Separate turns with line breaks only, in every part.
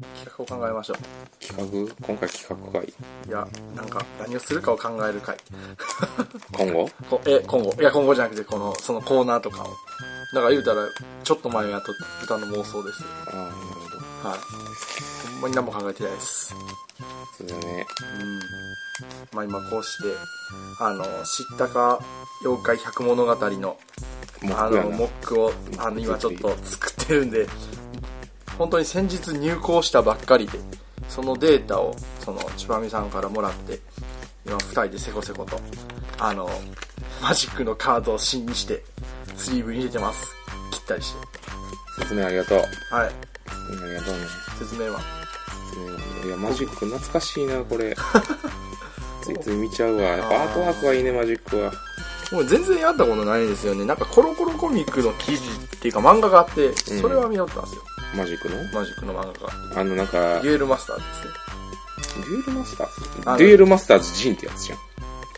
企画を考えましょ
企画今回企画会
う。いや、なんか、何をするかを考える会。
今後
こえ、今後。いや、今後じゃなくて、この、そのコーナーとかを。だから言うたら、ちょっと前やっとった豚の妄想ですよ。
ああなるほど
はい。ほんまに何も考えてないです。
そうだね
うん。まあ今こうして、あの、知ったか妖怪百物語の、
もう
あ
や
の、
な
モックを、あの、今ちょっと作ってるんで、本当に先日入校したばっかりで、そのデータを、その、ちばみさんからもらって、今二人でせこせこと、あの、マジックのカードを芯にして、スリーブに入れてます。切ったりして。
説明ありがとう
はい。
うんありがとうね
説明は。
うんいやマジック懐かしいな これついつい見ちゃうわやっぱアートワークがいいねマジックは
もう全然やったことないですよね。なんかコロコロコミックの記事っていうか漫画があって、それは見よったんですよ。
マジックの
マジックの漫画が。
あのなんか
デュエルマスターズですね。
デュエルマスタ
あ
ー
の
ズデュエルマスターズジンってやつじゃん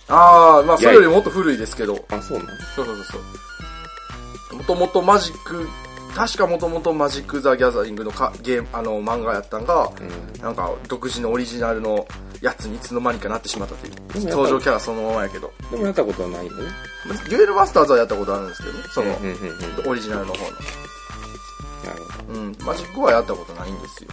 ああ、まあそれよりもっと古いですけど。
あそうなん
そうそうそうそう。もともとマジック、確かもともとマジック・ザ・ギャザリングのかゲーム、あの漫画やったんが、
うん
なんか独自のオリジナルのやつにいつの間にかなってしまったという。
でもやっぱ
登場キャラそのままやけど。
でもやったことはないんだね
デュエルマスターズはやったことあるんですけどね。その、
うんうんうんなる
オリジナルの方の。
ほど
うん、マジックはやったことないんですよ。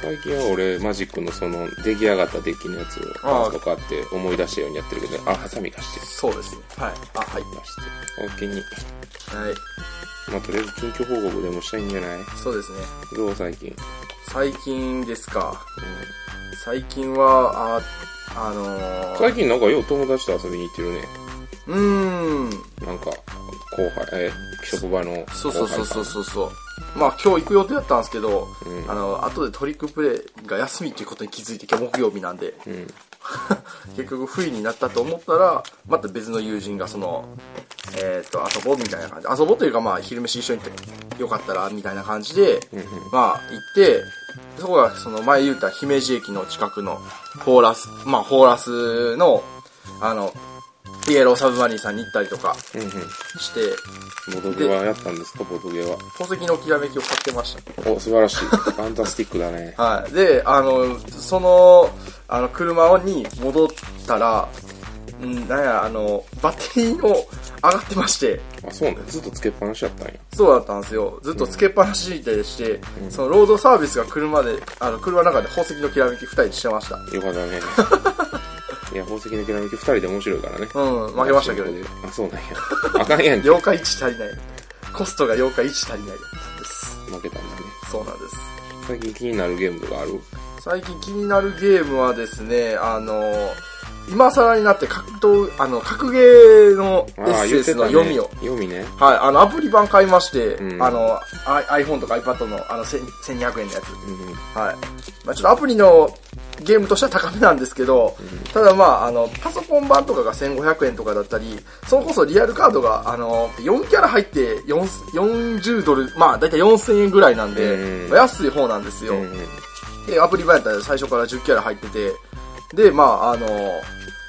最近は俺マジックのその出来上がったデッキのやつを
あー
何とかって思い出したようにやってるけどあハサミ貸して
そうですね。はい。あ、はい。
出してお気に
はい。
まあとりあえず近況報告でもしたいんじゃない
そうですね。
どう最近
最近ですか。最近は、あ、あのー、
最近なんかよう友達と遊びに行ってるね
うーん。
なんか後輩え職場の後輩
そうそうそうそうそうそう。まあ今日行く予定だったんですけど、
うん
あの、後でトリックプレイが休みっていうことに気づいて今日木曜日なんで、
うん
結局不意になったと思ったら、また別の友人がその、えっ、と、遊ぼうみたいな感じ。遊ぼうというかまあ昼飯一緒に行ってよかったらみたいな感じで、
うんうん
まあ行って、そこがその前言うた姫路駅の近くのホーラス、まあホーラスの、あの、イエローサブマリンさんに行ったりとか
うんうん
して、
ボドゲはやったんですかボドゲは
宝石のきらめきを買ってました。
お素晴らしいファンタスティックだね
はい。で、あの、その、あの、車に戻ったら、うん、なんや、あの、バッテリーの上がってまして、
あそうねずっとつけっぱなしだったんや
そうだったんですよ。ずっとつけっぱなしでして、そのロードサービスが車で、あの、車の中で宝石のきらめき二人でしてました。
よかっ たねいや宝石のきらめき2人で面白いからね
うん、負けましたけど、
ねあそうなんやあかんやんけ
妖怪1足りない。コストが妖怪1足りないです。
負けたんだね
そうなんです。
最近気になるゲームとかある
最近気になるゲームはですね、あの、今更になって格闘、あの、格ゲーのエ
ああ
ッセンスの
言っ
読み
て
を
たね読みね
はい、あの、アプリ版買いまして、
うん
あの、アイ iPhone とか iPad の、あの、1000 1200円のやつ。
うんうん
はい。まあちょっとアプリのゲームとしては高めなんですけど、ただまああの、パソコン版とかが1500円とかだったり、それこそリアルカードが、あの、4キャラ入って4 40ドル、まあだいたい4000円ぐらいなんで、
うん
まあ安い方なんですよ。
うんうん
で、アプリ版やったら最初から10キャラ入ってて、で、まああの、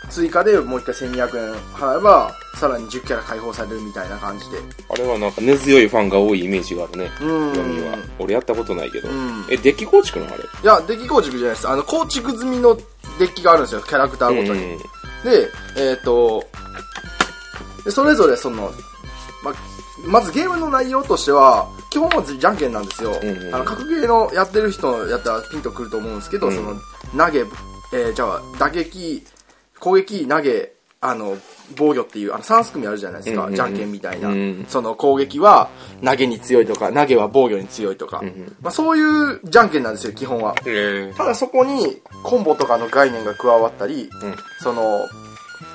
追加でもう一回1200円払えば、さらに10キャラ解放されるみたいな感じで。
あれはなんか根強いファンが多いイメージがあるね
うん
読みは俺やったことないけど
ん
えデッキ構築のあれ
いや、デッキ構築じゃないです。あの、構築済みのデッキがあるんですよ、キャラクターごとに。
うん
で、えっ、と、でそれぞれその、ま、まずゲームの内容としては、基本はじじゃんけんなんですよ。
うんうんうん
あの、格ゲーのやってる人やったらピンとくると思うんですけど、
うん
その、投げ、えーじゃあ、打撃、攻撃、投げ、あの、防御っていう、あの、3組あるじゃないですか、
うんうんうん
じゃんけんみたいな。
うん
その、攻撃は投げに強いとか、投げは防御に強いとか。
うん
まあ、そういうじゃんけんなんですよ、基本は。
え
ただそこにコンボとかの概念が加わったり、
うん
その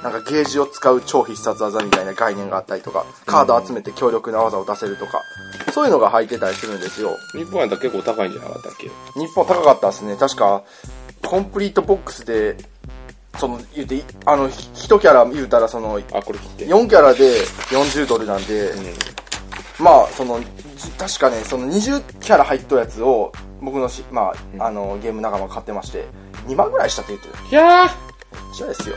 なんかゲージを使う超必殺技みたいな概念があったりとかカード集めて強力な技を出せるとか、そういうのが入ってたりするんですよ
日本やったら結構高いんじゃなかったっけ
日本高かったですね確かコンプリートボックスでその言うてあの1キャラ言うたらその
あこれ切って
4キャラで40ドルなんで、
うん
まあそのじ確かねその20キャラ入っとるやつを僕のし、まあ、あのゲーム仲間が買ってまして2万ぐらいしたって言ってた
いや
じゃあですよ。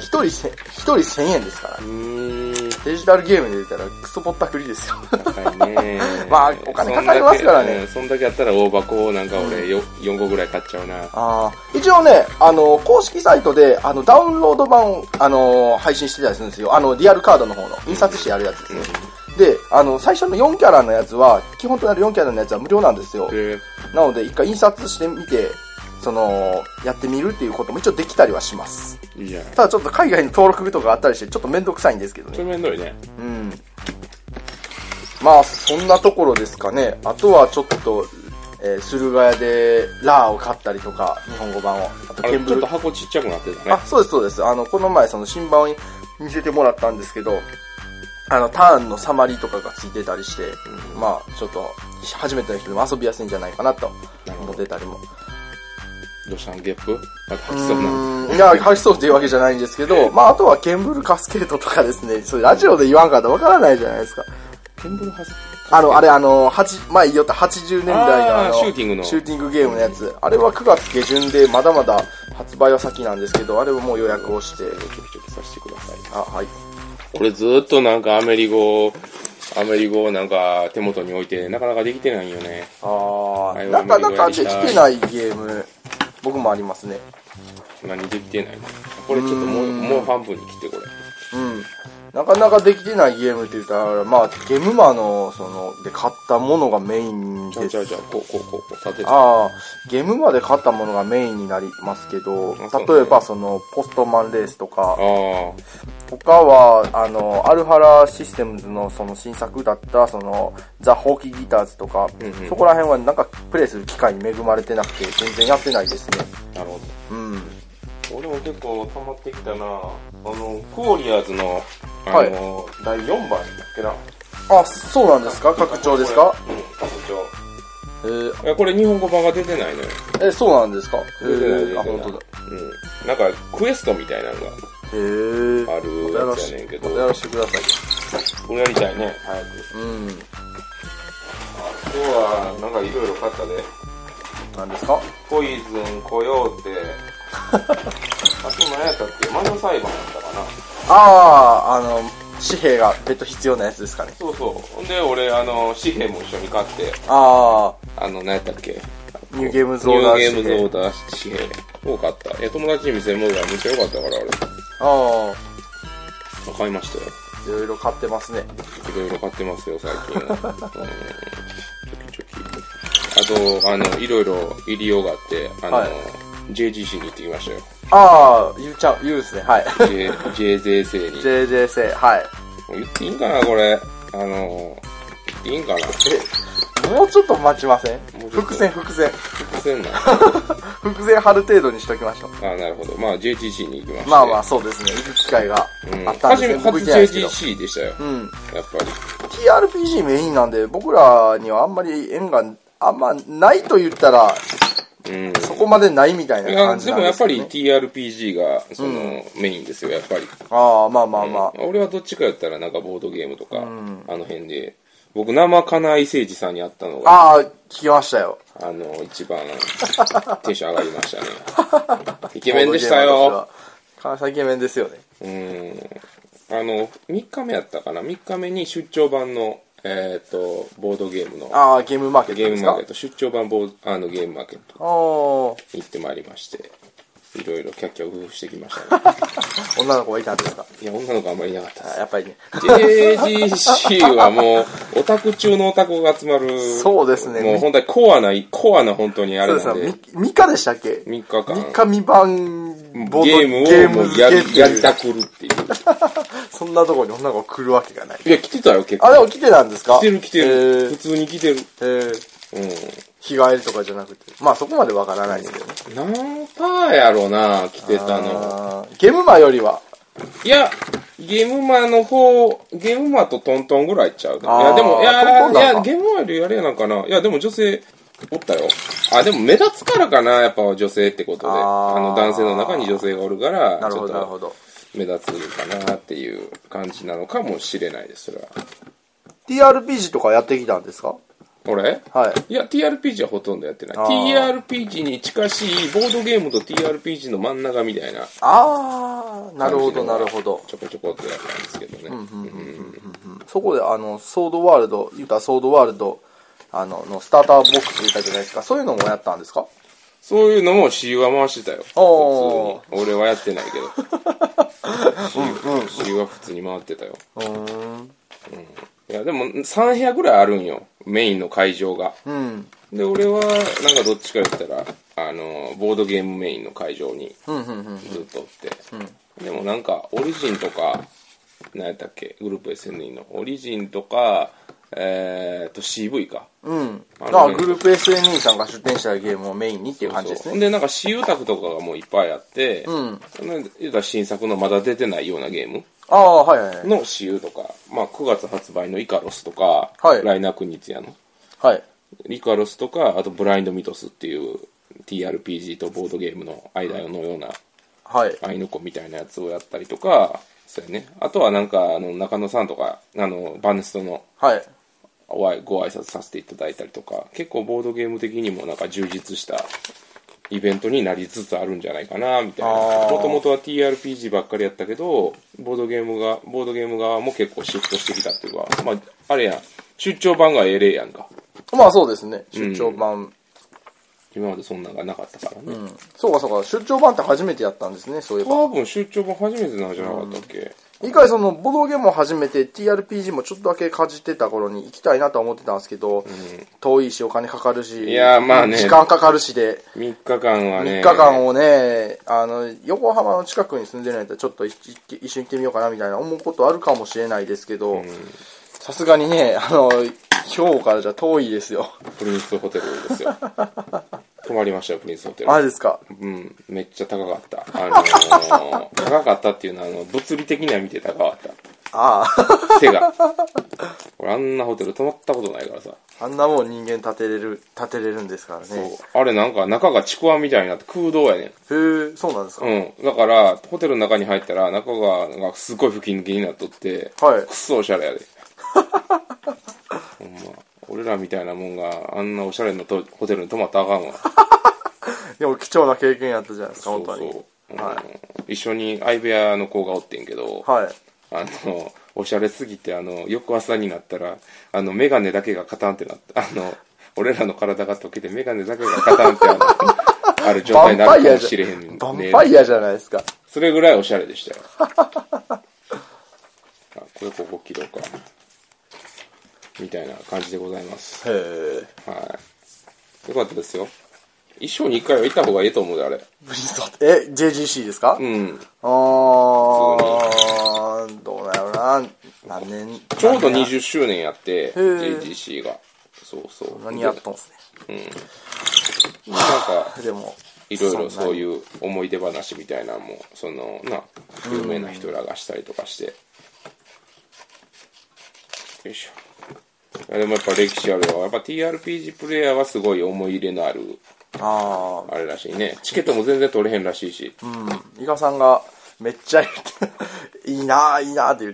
い一人千、一人千円ですから
う。ーん
デジタルゲームで言ったらクソぼったくりですよ。
高いね
まあお金かかりますからね
そんだけ,、うん、そんだけやったら大箱をなんか俺よ、4個ぐらい買っちゃうな
ああ。一応ね、あの、公式サイトで、あの、ダウンロード版を、あの、配信してたりするんですよ。あの、リアルカードの方の、印刷してやるやつですね。で、あの、最初の4キャラのやつは、基本となる4キャラのやつは無料なんですよ。
で
なので、一回印刷してみて、その、やってみるっていうことも一応できたりはします。
いいじゃん
ただちょっと海外の登録とかあったりして、ちょっとめんどくさいんですけど
それ
ね。
めんどいね
うん。まあ、そんなところですかね。あとはちょっと、えー駿河屋で、ラーを買ったりとか、日本語版を。あと、
あれ
ケン
ち
ブ
ょっ
ル
と。箱ちっちゃくなってた
あ
ね、
そうです、そうです。あの、この前、その新版を見せてもらったんですけど、あの、ターンのサマリーとかがついてたりして、まあ、ちょっと、初めての人でも遊びやすいんじゃないかなと
なるほ
思っ
ど
てたりも。
どうしたんゲップまた吐きそうな
うんいや、吐きそうっていうわけじゃないんです けど、まあ、あとはケンブルカスケートとかですね、それラジオで言わんかったらわからないじゃないですか。
ケンブルハス
あの、あれ、あの、八前言った80年代のあ
あ
の
ーシューティングの
シューティングゲームのやつ。あれは9月下旬で、まだまだ発売は先なんですけど、あれはもう予約をして、
ちょびちょびさせてください
あ、はい。
これずっとなんかアメリゴをアメリゴをなんか手元に置いてなかなかできてないよね
あ
はい
あ、なかなか
お
でき
見事でした
てないゲーム、僕もありますね。
何できてないのこれちょっともうもう半分に切ってこ
うん。なかなかできてないゲームって言ったら、まあ、ゲームマの、その、で買ったものがメイン
れ
で
じゃあじ
す
ゃあ。こうこうこうこう立てて
ああ、ゲームマで買ったものがメインになりますけど、
あそう
例えばその、ポストマンレースとか
あ、ー
他は、あの、アルハラシステムズのその新作だった、その、ザ・ホーキギターズとか、
んうん
そこら辺はなんかプレイする機会に恵まれてなくて、全然やってないですね。
なるほど
うん。
俺も結構溜まってきたなあのクォリアーズのあの、
はい
第4番だっけな
あ、そうなんですか拡張ですか
うん拡
えー
張いやこれ日本語版が出てないのよ
え、そうなんですかえ
出てない出て
ー、
な
あ、
い
本当だ。
うんなんかクエストみたいなのが
へー。
ある
や
や
ら
つ
し
やねんけ
て、
ど
やらしてください。
これやりたいね早く
うん。
あとはなんかいろいろ買ったで
なんですか
ポイズンコヨ ーテあと何やったっけ魔女裁判やったかな
ああ、あの、紙幣が別途必要なやつですかね。
そうそうほんで俺あの紙幣も一緒に買って
あ
あの何やったっけ
あ、ニューゲームズオ
ニュ
ーダ
ー
ー
ゲー
紙
ムズ
幣。
オーダー紙幣多かったいや友達に見せるものがめっちゃ良かったから
あ
俺買いましたよ
あ、いろいろ買ってますね。
いろいろ買ってますよ最 近うんチョキチョキあとあのいろいろ入りようがあってあの、
はい
JGC に行ってきましたよ
ああ、言うちゃう、言うですね。 はい。
J- JJC に
JJC、はい。
もう言っていいんかなこれあのいいんかな
もうちょっと待ちません
もうちょっと
伏線、伏線。
伏 線な
伏線張る程度にしときました。
あなるほどまあ JGC に行きました
まあまあ、そうですね。行く機会が
うん、
あったん
初
です
め
ね。僕行っ
初
てないですけど。
JGC でしたよ
うん。
やっぱり
TRPG メインなんで、僕らにはあんまり縁が、あんまないと言ったら、
うん
そこまでないみたい
い
な
や
感じ
で
なん
も
で
やっ
すけ
ぱ
どね
り TRPG がその、メインですよやっぱり
ああ、まあまあまあ。
俺はどっちかやったらなんかボードゲームとか、あの辺で僕生金井誠司さんに会ったのがあ
ああ、聞きましたよ。
の一番テンション上がりまし たねイケメンでしたよ。
関西イケメンですよね。
うんあの3日目やったかな3日目に出張版のえっ、とボードゲームの
ああ、ゲームマーケット
ゲー
で
ム
す
マ
か
ーケット出張版ボーあのゲームマーケット
あ
に行ってまいりましていろいろキャッキャウフフしてきま したね
あ、女の子がいたんですか
いや女の子あんまりいなかったです
あやっぱりね。
JGC はもう、オタク中のオタクが集まる。
そうですね
もう本当にコアな、コアな本当にあ
そう
れ
です
なんで
ね。、み3日でしたっけ
3日間。
三日未版ボード
ゲーム
ゲー
をも
ム
うや
漬けって
り、や
い
り
う
たくるっていう。
そんなとこに女の子来るわけがない。
いや、来てたよ、結構。
あ、でも来てたんですか
来てる来て
え
る。普
ー
通に来てる。
えー
う
日帰りとかじゃなくて。まあそこまでわからないですけどね。
ん。何パーやろな、来てたの。
あーゲームマよりは。
いや、ゲームマの方、ゲームマとトントンぐらいちゃうな。い
あー
や、でも、い
ト
や、
ントンなん
い
か
や、ゲームマよりあれやなんかな。いや、でも女性、おったよ。あ、でも目立つからかな、やっぱ女性ってことで。
あー
あの、男性の中に女性がおるから、
なる
ちょ
ほ
っ
ど、なるほ
と
ど。
目立つかなっていう感じなのかもしれないです、それは。
TRPG とかやってきたんですか
俺
はい
いや、TRPG はほとんどやってない。
あー
TRPG に近しい、ボードゲームと TRPG の真ん中みたいな。
ああなるほどなるほど
ちょこちょこってやったんですけどね。うん
そこであのソードワールド言うたらソードワールドあののスターターボックス言ったじゃないですかそういうのもやったんですか
そういうのも C は回してたよ。
おー
普通に。俺はやってないけ ど。C は普通に回ってたよ。
うーん
いや、でも3部屋ぐらいあるんよ。メインの会場が。
うん
で、俺は、なんかどっちか言ったら、あの、ボードゲームメインの会場に
うんうんうん
ずっとおって。でもなんか、オリジンとか、何やったっけ、グループ SNE の。オリジンとか、えーっと、CV か。
うん
あ
あ
のね
グループ SNE さんが出展したゲームをメインにっていう感じです
そうほ
ね
んで、なんか、私有宅とかがもういっぱいあって、
ん
その言うたら新作のまだ出てないようなゲーム
ああはいはいはい
の私有とか、まあ、9月発売のイカロスとか、
はい
ライナークニツヤの。
はい
リカロスとか、あとブラインドミトスっていう TRPG とボードゲームの間のような、
はい
アイノコみたいなやつをやったりとか、そうやね。あとはなんか、あの、中野さんとか、あの、バネストの
はい
おあいご挨拶させていただいたりとか、結構ボードゲーム的にもなんか充実したイベントになりつつあるんじゃないかな、みたい
あ
な。
ー
もともとは TRPG ばっかりやったけど、ボードゲームが、ボードゲーム側も結構シフトしてきたっていうか、まあ、あれやん。出張版がええ例やんか。
まあそうですね出張版、
今までそんなんがなかったからね。
うんそうかそうか出張版って初めてやったんですねそういえば
多分出張版初めてなんじゃなかったっけ、
一回そのボドゲも始めて TRPG もちょっとだけかじってた頃に行きたいなとは思ってたんですけど、遠いしお金かかるし
いやまあね
時間かかるしで
3日間はね
3日間をねあの横浜の近くに住んでないとちょっと一一緒に行ってみようかなみたいな思うことあるかもしれないですけどさすがにねあの兵庫からじゃ遠いですよ
プリンスホテルで すよ泊まりましたよプリンスホテル
あれですか
うんめっちゃ高かったあ のー高かったっていうのはあの物理的には見て高かっ
ああ
た背が俺あんなホテル泊まったことないからさ、
あんなもん人間立てれる立てれるんですからね
そうあれなんか中がちくわみたいになって空洞やね
へえそうなんですか、
んうんだからホテルの中に入ったら中がなんかすごい吹き抜けになっとって、
はい
くっそおしゃれやでほんま俺らみたいなもんがあんなおしゃれなとホテルに泊まったらあかんわ
でも貴重な経験やったじゃないですか
そう
本
そ
当
う
に
うん
は
一緒に相部屋の子がおってんけど、
はい
あのおしゃれすぎてあの翌朝になったらあの眼鏡だけがカタンってなってあの俺らの体が溶けて眼鏡だけがカタンっ てあのある状
バ
態
ン
にな
パ
る
イ
か
ア
も
じ
し
ゃ
れへんね
バンパイアじゃないですか。
それぐらいおしゃれでしたよ あこれここ切ろうかみたいな感じでございます
へえ。
はいよかったですよ一生に一回は行った方がいいと思うであれ
ブリストえ、JGC ですか、
うん
あー、どうだろうな。何年
ちょうど20周年やって、
ー
JGC が。そうそう。
何やったんすね。
でなんか、
でも、
いろいろそういう思い出話みたいなのも、その、な、有名な人らがしたりとかして。よいしょ。いやでもやっぱ歴史あるよ。やっぱ TRPG プレイヤーはすごい思い入れのある、
あ
あれらしいね。チケットも全然取れへんらしいし。
ー、うん。伊賀さんがめっちゃ言って、いいなー、いいなーって言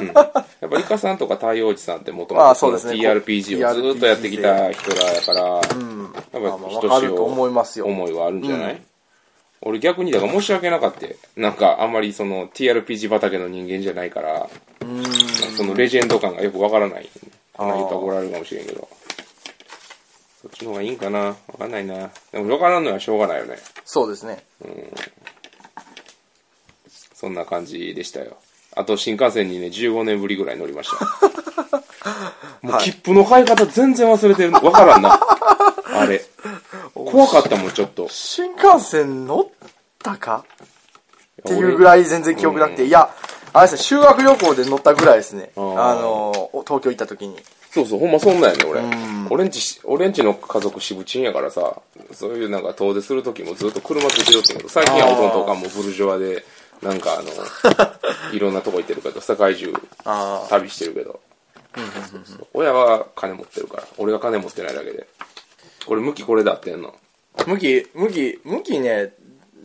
ってた。
やっぱイカさんとか太陽寺さんってもとも
ま
と
あそうですね
TRPG をずっとやってきた人らやから、やっぱ
まあまあ
ひ
わ
と
か
し
ると
お
思いますよ
思いはあるんじゃない、俺逆にだから申し訳なかったなんかあんまりその TRPG 畑の人間じゃないから、そのレジェンド感がよくわからない。あんな言うと怒られるかもしれんけど。そっちの方がいいんかなわかんないな。でもわからんのはしょうがないよね。
そうですね。
そんな感じでしたよ。あと新幹線にね、15年ぶりぐらい乗りました。もう切符の買い方全然忘れてる。わからんな。あれ。怖かったもん、ちょっと。
新幹線乗ったかっていうぐらい全然記憶なくて、いや、あれですね、修学旅行で乗ったぐらいですね。あ
あー
のー、東京行った時に。
そうそう、ほんまそんなんやね、俺。俺んちし、俺んちの家族渋ちんやからさ、そういうなんか遠出する時もずっと車で出ようってんけど、最近はほとんどかもうブルジョワで、なんかあの、いろんなとこ行ってるけど、世界中
あ
旅してるけど。そう親は金持ってるから、俺が金持ってないだけで。これ向きこれだってんの。
向き、向き、向きね、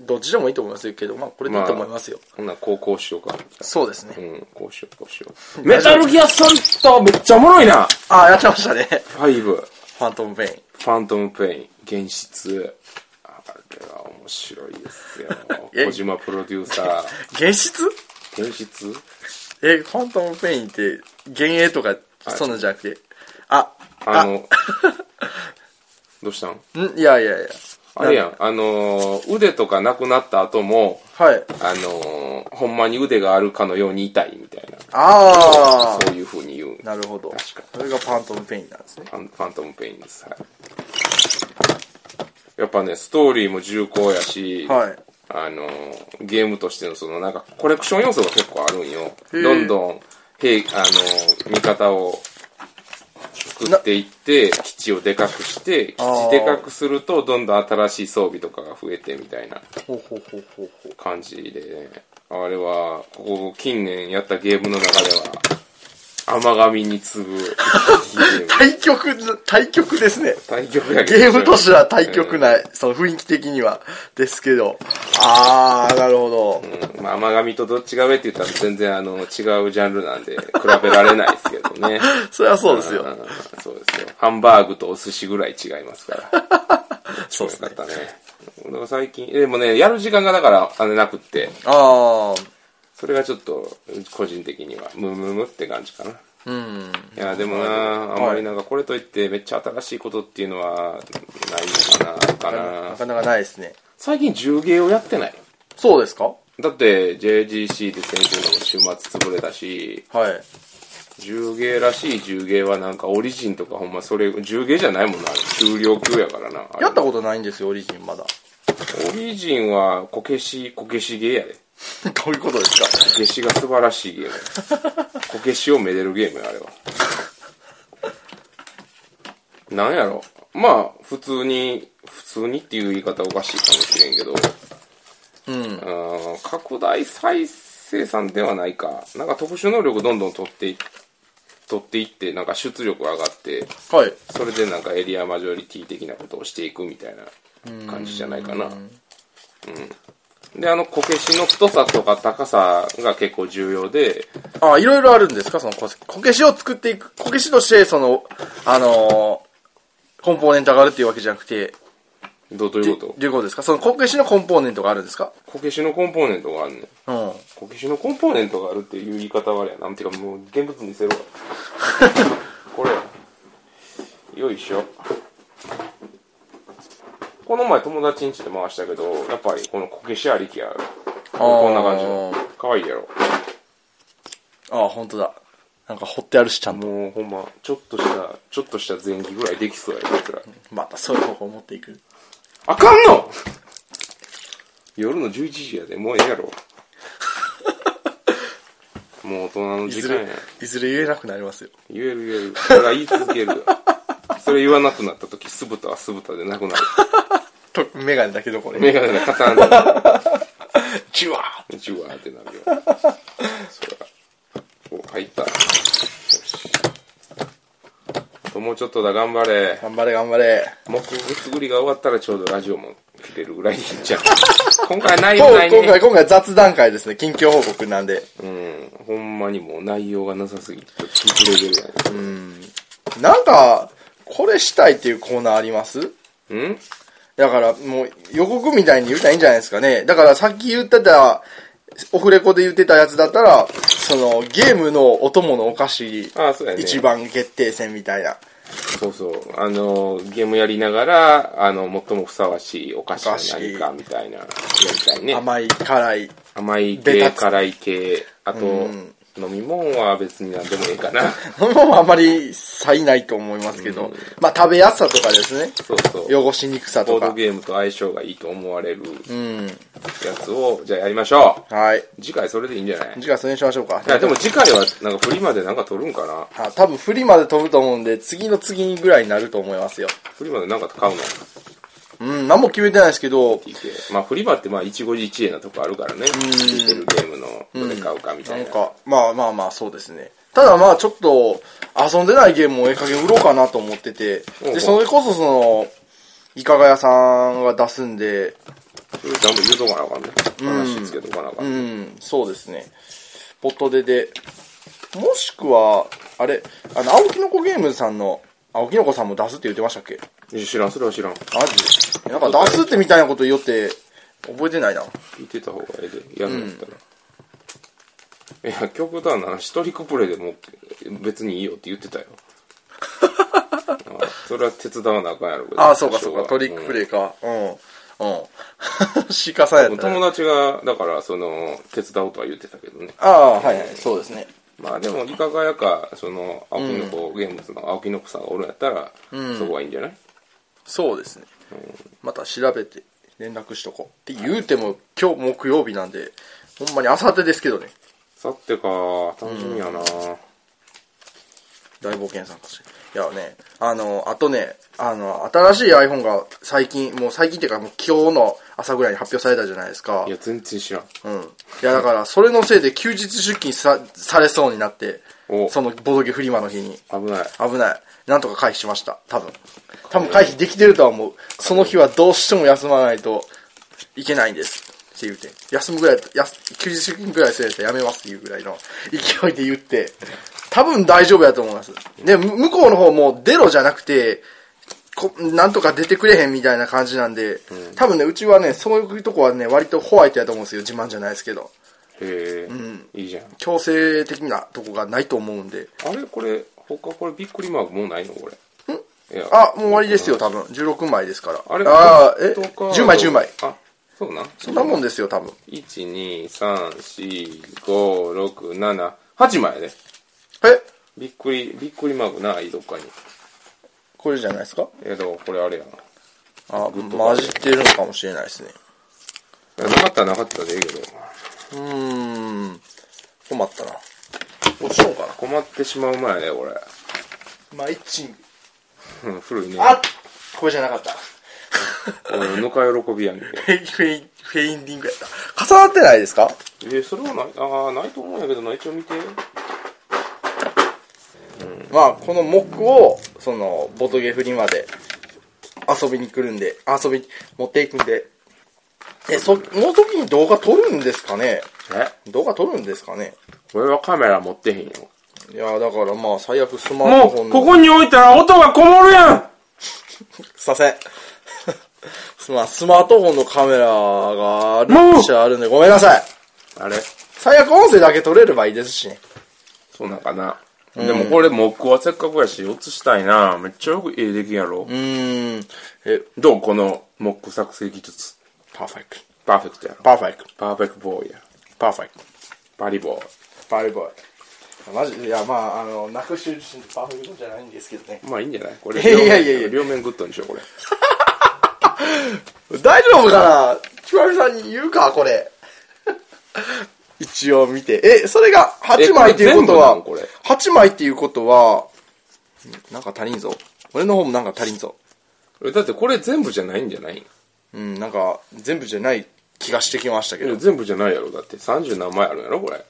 どっちでもいいと思いますけど、まあ、これでいいと思いますよ。
ほんならこう、こうしようか。
そうです
う
ね。
ん、こうしよう、こうしよう。メタルギアソリッドめっちゃおもろいな
ああ、やってましたね。
!5、フ
ファントムペイン。。
ァントムペイン、現実。あれは面白いですよ
え
小島プロデューサ
現実
ー。現実
え、ファントムペインって、幻影とか、そんなんじゃなくて。あ、
あの、どうしたん
んいやいやいや。
あれやん、あのー、腕とかなくなった後も、
はい。
あのー、ほんまに腕があるかのように痛いみたいな。
あ
そういう風に言う。
あ。なるほど。
確か
それがファントムペインなんですね。
ファンファントムペインです。はい。やっぱね、ストーリーも重厚やし、
はい
あのー、ゲームとしてのそのなんかコレクション要素が結構あるんよ。
へえ
どんどん、兵あのー、味方を作っていって、基地をでかくして、基
あー
地でかくすると、どんどん新しい装備とかが増えてみたいな
ほうほうほうほうほう。
感じでね、あれは、ここ近年やったゲームの中では、甘神に次ぐ、いいゲーム
対局、対局ですね。
対局やけど
ゲームとしては対局ない。その雰囲気的には。ですけど。あー、なるほど。
うんまあ、甘神とどっちが上って言ったら全然あの違うジャンルなんで比べられないですけどね。
そりゃそうですよ。
んそうですよ。ハンバーグとお寿司ぐらい違いますから。
そう
よかったね。だから最近、でもね、やる時間がだからあのなくって、
あー、
それがちょっと個人的にはムムムって感じかな。
うん。
いや、でもな、あんまりなんかこれといってめっちゃ新しいことっていうのはないのかな、か
な
な。
かなかないですね。
最近重芸をやってない
そうですか
だって JGC で先週の週末潰れたし、
はい。
重芸らしい重芸はなんかオリジンとかほんまそれ、重芸じゃないもんな、あれ重量級やからな。あれ
やったことないんですよ、オリジンまだ。
オリジンはこけし、こけし芸やで。
どういうことですか
こけしが素晴らしいゲームや。こけしをめでるゲームや、あれは。なんやろ。まあ、普通に、普通にっていう言い方おかしいかもしれんけど、
うん。
うん拡大再生産ではないか。なんか特殊能力どんどん取ってい、取っていって、なんか出力上がって、
はい。
それでなんかエリアマジョリティ的なことをしていくみたいな感じじゃないかな。うん。で、あの、こけしの太さとか高さが結構重要で、
あー、いろいろあるんですかそのこ、こけしを作っていく。こけしとして、その、あのー、コンポーネントがあるっていうわけじゃなくて、
どうどういうこと
どういうことですかそのこけしのコンポーネントがあるんですか
こけしのコンポーネントがあるねん。
うん。
こけしのコンポーネントがあるっていう言い方はあれやな。なんていうかもう現物見せろ。これや。よいしょ。この前友達ん家で回したけど、やっぱりこのこけしありきや。こんな感じの。かわいいやろ。
ああ、本当だ。なんか掘ってあるし、ちゃんと。
もうほんま、ちょっとした、ちょっとした前期ぐらいできそうやこいつら。
またそういう方法を持っていく。
あかんの夜の11時やで、もうええ やろ。もう大人の
い
時
ず
間や
れ。、いずれ言えなくなりますよ。
言える言える。それは言い続けるよ。それ言わなくなった時、酢豚は酢豚でなくなる。
と、メガネだけどこれ。
メガネがカタンってなる。
チュワー
ジュワーってなるよ。そら。お、入った。よし。あともうちょっとだ、頑張れ。
頑張れ頑張れ。
目作りが終わったらちょうどラジオも切れるぐらいでいいんじゃん。今回内
今
容な
回、
い
今
ね
回、。今回雑談会ですね。近況報告なんで。
うん。ほんまにもう内容がなさすぎて、聞きれるや
なんか、これしたいっていうコーナーあります
ん。うん
だからもう予告みたいに言ったらいいんじゃないですかね。だからさっき言ってた、オフレコで言ってたやつだったら、そのゲームのお供のお菓子、
あそうやね
一番決定戦みたいな。
そうそう。あの、ゲームやりながら、あの、最もふさわしいお菓子は何かみたいな、やりたいね。
甘い、辛い。
甘い
ベ
系、
タつ
辛い系、あと、飲み物は別に何でもいい かな。
もうあんまり差異ないと思いますけど。まあ食べやすさとかですね。
そうそう。
汚しにくさ
ボ
と
ード
か。
ゲームと相性がいいと思われる
うん。
やつを、じゃあやりましょ
はい。
う。次回それでいいんじゃない
次回それにしましょうか。
いや、でも次回は、なんか、フリマでなんか撮るんかな
あ多分振りまで飛ぶと思うんで、次の次ぐらいになると思いますよ。
フリマでなんか買うの
うん、何も決めてないですけど、
TK まあ、フリマって、まあ、一期一会なとこあるからね。似てるゲームの、どれ買うかみた
ないん
な。
か、まあまあまあ、そうですね。ただまあ、ちょっと、遊んでないゲームをええ加減売ろうかなと思ってて、
うん
で、
うん
それこそその、いかが屋さんが出すんで、
それちゃんと言うとかなあかんね。話つけとかなあかん。
うん、そうですね。ポットデで。もしくは、あれ、あの、青木の子ゲームズさんの、青木の子さんも出すって言ってましたっけ
知らん、それは知らん。
マジなんか出すってみたいなこと言おって、覚えてないな。
聞いてた方がええで、やるんやったら。いや、極端な話、一人コプレでも別にいいよって言って たよ。あそれは手伝わなあかんやろけど
ああ、そうかそうか、トリックプレイか。うん。うん。 シカさんや
う
っ
ん
たね。
友達が、だから、その、手伝おうとは言ってたけどね。
ああ、はいはい、そうですね。
まあでも、いかがやか、その、青木の子、ゲームズの青木の子さんがおるんやったら、そこはいいんじゃない
そうですね。また調べて連絡しとこう。って言うても、今日木曜日なんで、ほんまにあさってですけどね。
さってか、楽しみやな、
大冒険さんかしいやね、あの、あとね、あの、新しい iPhone が最近、もう最近っていうかもう今日の朝ぐらいに発表されたじゃないですか
い。や、全然知らん。
うん。いやだから、それのせいで休日出勤さ、されそうになって
お、
そのボドゲフリマの日に。
危ない。
危ない。なんとか回避しました。多分。多分回避できてるとは思う。その日はどうしても休まないといけないんです。って言うて。休むぐらい、やす休日出勤ぐらいするやつはやめますっていうぐらいの勢いで言って。多分大丈夫やと思います。で、む向こうの方もデロじゃなくて、こなんとか出てくれへんみたいな感じなんで、多分ね、うちはね、そういうとこはね、割とホワイトやと思うんですよ。自慢じゃないですけど。
へえ、いいじゃん。
強制的なとこがないと思うんで。
あれこれ、他これびっくりマークもうないのこれ。いや
あ、もう終わりですよ、多分。16枚ですから。
あれ
あーえ
ポイントカード
?10 枚、10枚。
あ、そうなんそ
そんなもんですよ、多分。
?1、2、3、4、5、6、7、8枚やで。
え
びっくり、びっくりマークない、どっかに。
これじゃないですか
えっと、これあれやな。
あ、混じってるのかもしれないですね。
なかったらなかったでいいけど、
うーん。困ったな。どうしようかな。
困ってしまう前やね、これ。
マイチング。
うん古いね。
あこれじゃなかった。
俺、ぬか喜びやねんけど。
フェイ、フェイ、フェインディングやった。重なってないですか
えー、それはない、あーないと思うんやけどな、一応見て。
まあ、このモックを、その、ボトゲフリまで遊びに来るんで、遊びに持っていくんで、え、そ、その時に動画撮るんですかね
え
動画撮るんですかね
俺はカメラ持ってへんよ。
いやだからまあ最悪スマートフォ
も
ン
う、
の
ここに置いたら音がこもるやん
させん すまんスマートフォンのカメラがある
もう
っちゃあるんでごめんなさい
あれ
最悪音声だけ撮れればいいですしね
そうなんかな。でもこれ、モックはせっかくやし、映したいな。めっちゃよくええ出来やろ
う。ーんえ
どうこのモック作成技術。
パーフェクト
パーフェクトやろ。
パーフェクト
パーフェクトボーイや。
パーフェクト
バリボーイ。
バリボーイマジでいやまああのなくしてる自身パーフェクトじゃないんですけどね
まあいいんじゃないこれ。
いやいやいやいや
両面グッドにしよう、これ。
大丈夫かなちばみさんに言うかこれ 一応見てえそれが8枚っていうことは
えこれ全部なのこれ
8枚っていうことはなんか足りんぞ俺の方もなんか足りんぞ
えだってこれ全部じゃないんじゃない
うんなんか全部じゃない気がしてきましたけ
いや
ど
全部じゃないやろ。だって30何枚あるやろ、これ。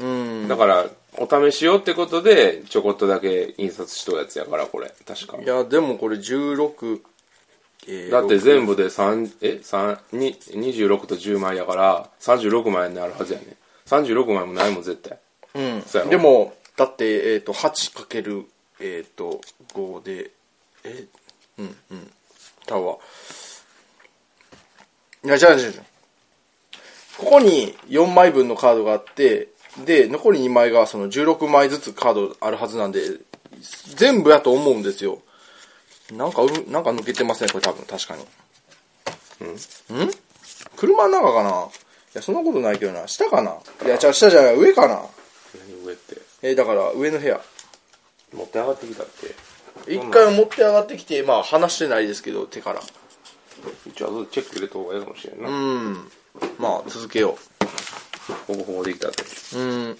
うん
だから、お試しようってことで、ちょこっとだけ印刷しとうやつやから、これ。確か
い。やでもこれ16えー
だって
6
全部で3、え三に ?26 と10枚やから、36枚になるはずやねん。36枚もないもん、絶対。
うん
そうやろ
でもだってえっ、と 8× えっ、と5でえうんうん多分いやじゃあじゃあじゃあここに4枚分のカードがあってで残り2枚がその16枚ずつカードあるはずなんで全部やと思うんですよなんかうなんか抜けてますねこれ多分確かにうん車の中かないやそんなことないけどな下かないやじゃあ下じゃない上かな
何上って。
えーだから上の部屋
持って上がってきたって。
一回持って上がってきてまあ話してないですけど手から
一応後でチェック入れた方がいいかもしれんな。
うんまあ続けよ
ほぼほぼできたって。
ううん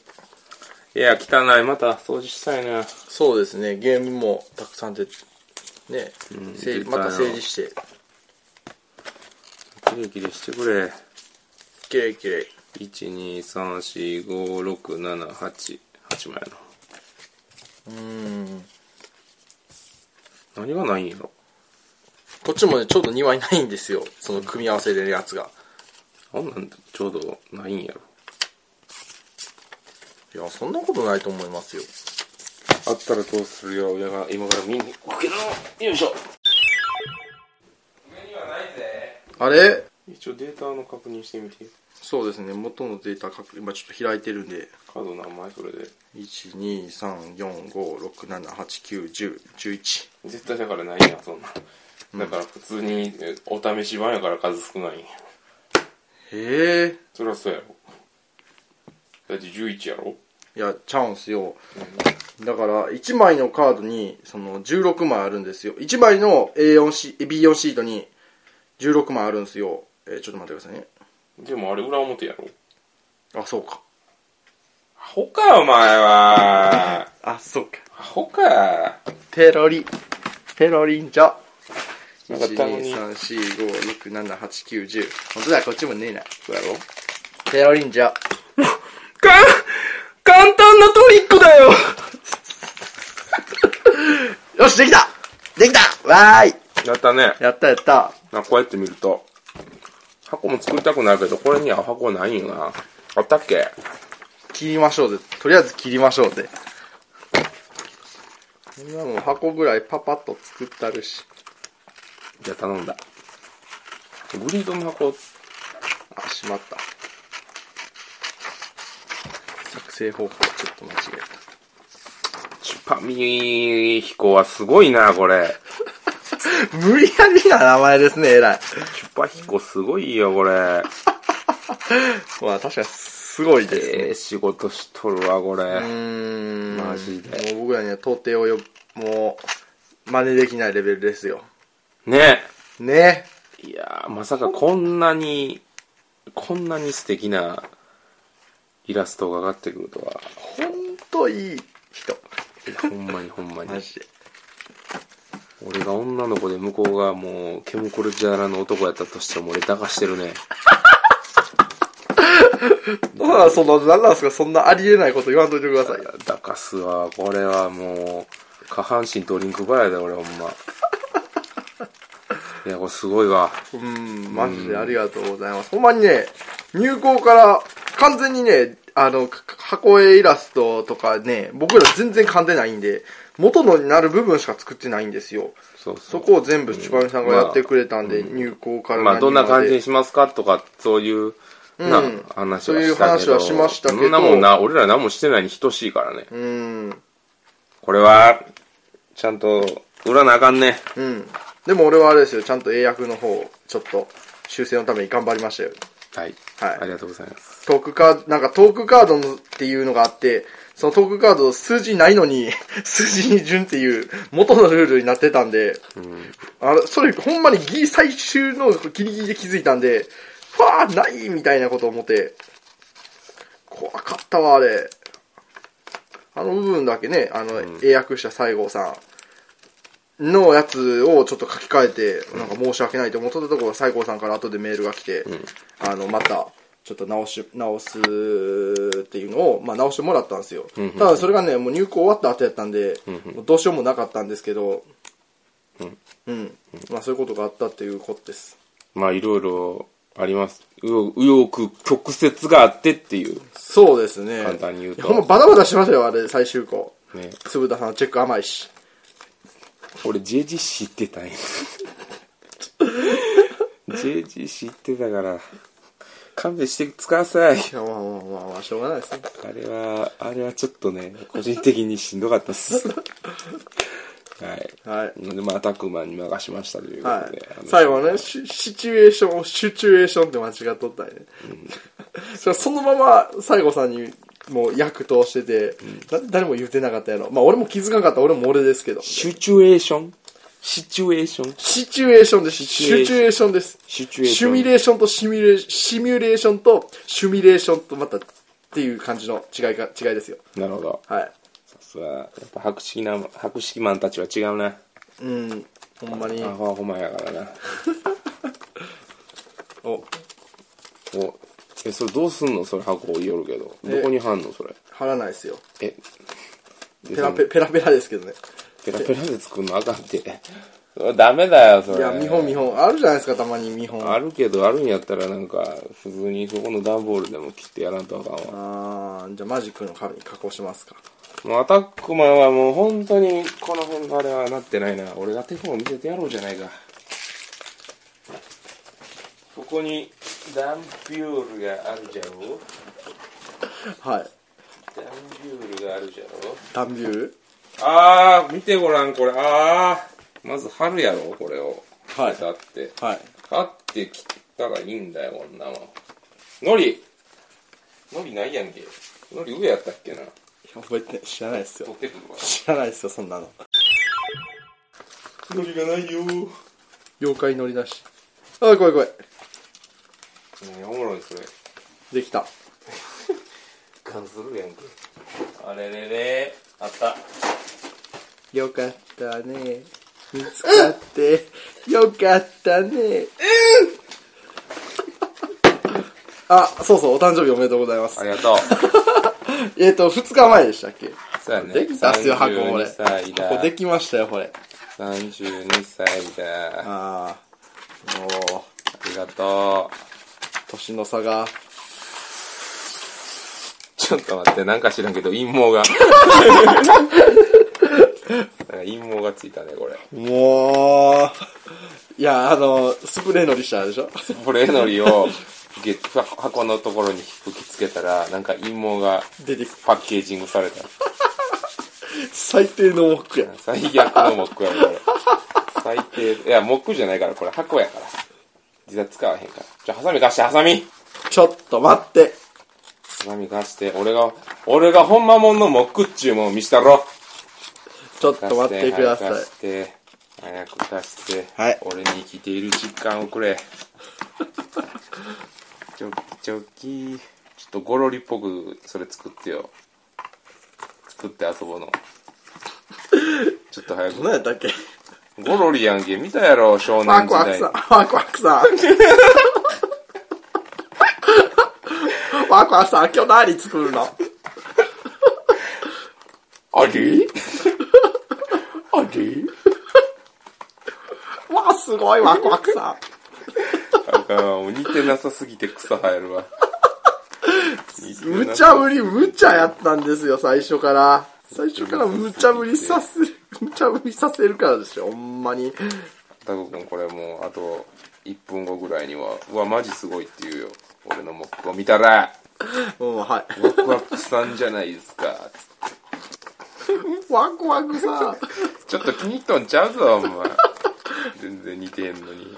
いや、汚い。また掃除したいな。
そうですねゲームもたくさんでね整
出たよ
また整理して
キレイキレイしてくれ。
きれいきれい
1、2、3、4、5、6、7、8。8枚や
うん
な。何がないんやろ。
こっちもねちょうど2枚ないんですよその組み合わせでるやつが
あんなんちょうどないんやろ。
いや、そんなことないと思いますよ。
あったらどうするよ、親が今から見に行くけど、よいしょ。上にはないぜ。
あれ
一応データの確認してみて。
そうですね、元のデータ確認、今ちょっと開いてるんで、
カード何枚それで。
1、2、3、4、5、6、7、8、9、10、11。
絶対だからないやん、そんな。だから普通にえお試し版やから数少ないんや。
へえ。
そりゃそうやろ。だって11やろ
いや、ちゃうんすよ。だから、1枚のカードに、その、16枚あるんですよ。1枚の A4 シ B4 シートに、16枚あるんですよ。えーちょっと待ってくださいね。
でもあれ裏表やろ
あ、そうか。
アホか、お前は。
あ、そうか。
アホか。
ペロリ。ペロリンジョ。1、
なんか
2、
たまに
3、4、5、6、7、8、9、10。本当だ、こっちもねえな。
そうやろ
ペロリンジョ。
か簡単なトリックだよ
よし、できたできたわーい
やったね。
やったやった。
なこうやって見ると、箱も作りたくなるけど、これには箱ないよな。あったっけ
切りましょうぜ。とりあえず切りましょうぜ。こんなもん箱ぐらいパパッと作ったるし。
じゃあ頼んだ。グリードの箱、
あ、しまった。作成方法ちょっと間違え
チュパミ彦はすごいな、これ。
た。 無理やりな名前ですね、偉い。
チュパ彦すごいよ、これ。
まあ確かにすごいですね。
ええ仕事しとるわ、こ
う
れ。
ーん。
マジで
もう僕らには到底をよ、もう、真似できないレベルですよ。
ね
ね。
いやーまさかこんなに、こんなに素敵なイラストが上がってくるとは。
ほんといい人。
いやほんまにほんまに
マ。ジで。
俺が女の子で向こうがもう、ケムコルジャラの男やったとしても俺抱かしてるね。
ほら、その、なんなんすか、そんなありえないこと言わんといてくださいよ。
抱かすわ。これはもう、下半身ドリンクバーやで、俺ほんま。いや、これすごいわ。
うーん、マジでありがとうございます。ほんまにね、入校から完全にね、あの、か箱絵イラストとかね、僕ら全然噛んでないんで、元のになる部分しか作ってないんですよ。
そうそ。
そうこを全部ちばみさんがやってくれたんで、入校から
まあ、どんな
何ま
感
で
じにしますかとか、そういう、な、
うん
話
そ
はしたけど。
ういう話はしましたけど
そんなもんな、俺ら何もしてないに等しいからね。
うーん。
これは、ちゃんと、売らなあかんね。
うん。でも俺はあれですよ、ちゃんと英訳の方を、ちょっと、修正のために頑張りましたよ。
はい。
はい
ありがとうございます。
トークカード、なんかトークカードのっていうのがあって、そのトークカード数字ないのに、 数字に順っていう元のルールになってたんで、あれ、それほんまにギリ最終のギリギリで気づいたんで、ふわーないみたいなこと思って、怖かったわ、あれ。あの部分だけね、あの、英訳した西郷さんのやつをちょっと書き換えて、なんか申し訳ないと思ってたところ、西郷さんから後でメールが来て、あの、また、ちょっと直し、直すっていうのを、まあ直してもらったんですよ。ただそれがね、もう入校終わった後やったんで、もうどうしようもなかったんですけど、うん。まあそういうことがあったっていうことです。
まあ、いろいろあります。うよ、うよく曲折があってっていう。
そうですね。
簡単に言うと
いやほんまバタバタしましたよ、あれ、最終校。
ね。
粒田さんのチェック甘いし。
俺、JGC って たんや。JGC ってたから、勘弁してください。
いや、まあまあまあまあ、しょうがないですね。
あれは、あれはちょっとね、個人的にしんどかったっ す。はい。
はい。
で、まあ、アタックマンに任しましたというこ
は
とで。あ
い。
の
最後ね、シシチュエーション、シチュエーションって間違っとったんやね。それ そのまま西郷さんにもう役通してて、だって誰も言ってなかったやろ。まあ俺も気づかなかった、俺も俺ですけど。
シチュエーションシチュエーション
シチュエーションです。シ
チュエー
チ
ション
ュエーションです。
シチュエーシ
シ
ョン
ュミレーションとシミュレーシミュレーションとシュミレーションとまたっていう感じの違いが、違いですよ。
なるほど。
はい。
さすが、やっぱ白色な、白色マンたちは違うな。
うん。ほんまに
ア。ホアホマンやから な。
お、
お、え、それどうすんのそれ箱をよるけど。どこに貼んのそれ。
貼らないですよ。
え、で
ペラペペラペラですけどね。
そのペラペラで作るのあかんって。 ダメだよ、それ。
いや、見本見本。あるじゃないですか、たまに見本。
あるけど、あるんやったらなんか、普通にそこの段ボールでも切ってやらんとあかんわ。
あーじゃあマジックの紙に加工しますか。
もうアタックマンはもう本当にこの辺があれはなってないな。俺が手本を見せてやろうじゃないか。ここに段ビュールがあるじゃろ
はい。
段ビュールがあるじゃろ
ダンビュー
あー、見てごらん、これ。あー。まず貼るやろ、これを。
はい
だって。
はい。
貼って切ったらいいんだよ、こんなもん。のりのりないやんけ。のり上やったっけな。
覚えてない。知らないです
取
よ。
ってくるわ。
知らないですよ、そんなの。
のりがないよー。
妖怪乗り出し。あー、怖い怖い。
ねえおもろいそれ
できた。
ガンするやんけあれれれあった
よかったね。見つかって、よかったね。あ、そうそう、お誕生日おめでとうございます
あ。りがとう
えっ、と、2日前でしたっけ
そうやね
できたっすよ、箱
32
これ。
歳だ
箱できましたよ、これ。
32歳だあ
ああ、もう、
りがとう
年の差が。
ちょっと待ってなんか知らんけど陰謀がなんか 陰謀がついたねこれ
もう、いや、あの、スプレーのりしたでしょ
これのりをゲッ箱のところに吹きつけたらなんか陰謀が
出てき
パッケージングされた
最低のモックや。
最悪のモックやねこれ最低いやモックじゃないからこれ箱やから実は使わへんからじゃあハサミ貸してハサミ
ちょっと待って。
ハサミ貸して俺が俺がほんまもんのモックっちゅうもん見したろ
ちょっと待ってください。
貸して早く貸して
はい
俺に生きている実感をくれチョキチョキちょっとゴロリっぽくそれ作ってよ作って遊 ぼうのちょっと早く
何やったっけ
ゴロリやんけ見たやろ少
ワ
年
ク
時
ワク
代
さん、ワクワクさん。ワクワクさん、今日何作るの
あれあれ
わあ、すごい、ワクワクさん。
あかんわもう似てなさすぎて草生えるわ。
無茶ぶり、無茶やったんですよ、最初から。最初から無茶ぶりさせ、無茶ぶりさせるからですよ、ほんまに。
タコ君これもうあと1分後ぐらいには、うわ、マジすごいって言うよ。俺のモックを見たら、
うん、は
ワクワクさんじゃないですか。
い。 ワクワクさん。
ちょっと気に入っとんちゃうぞ、お前。全然似てんのに。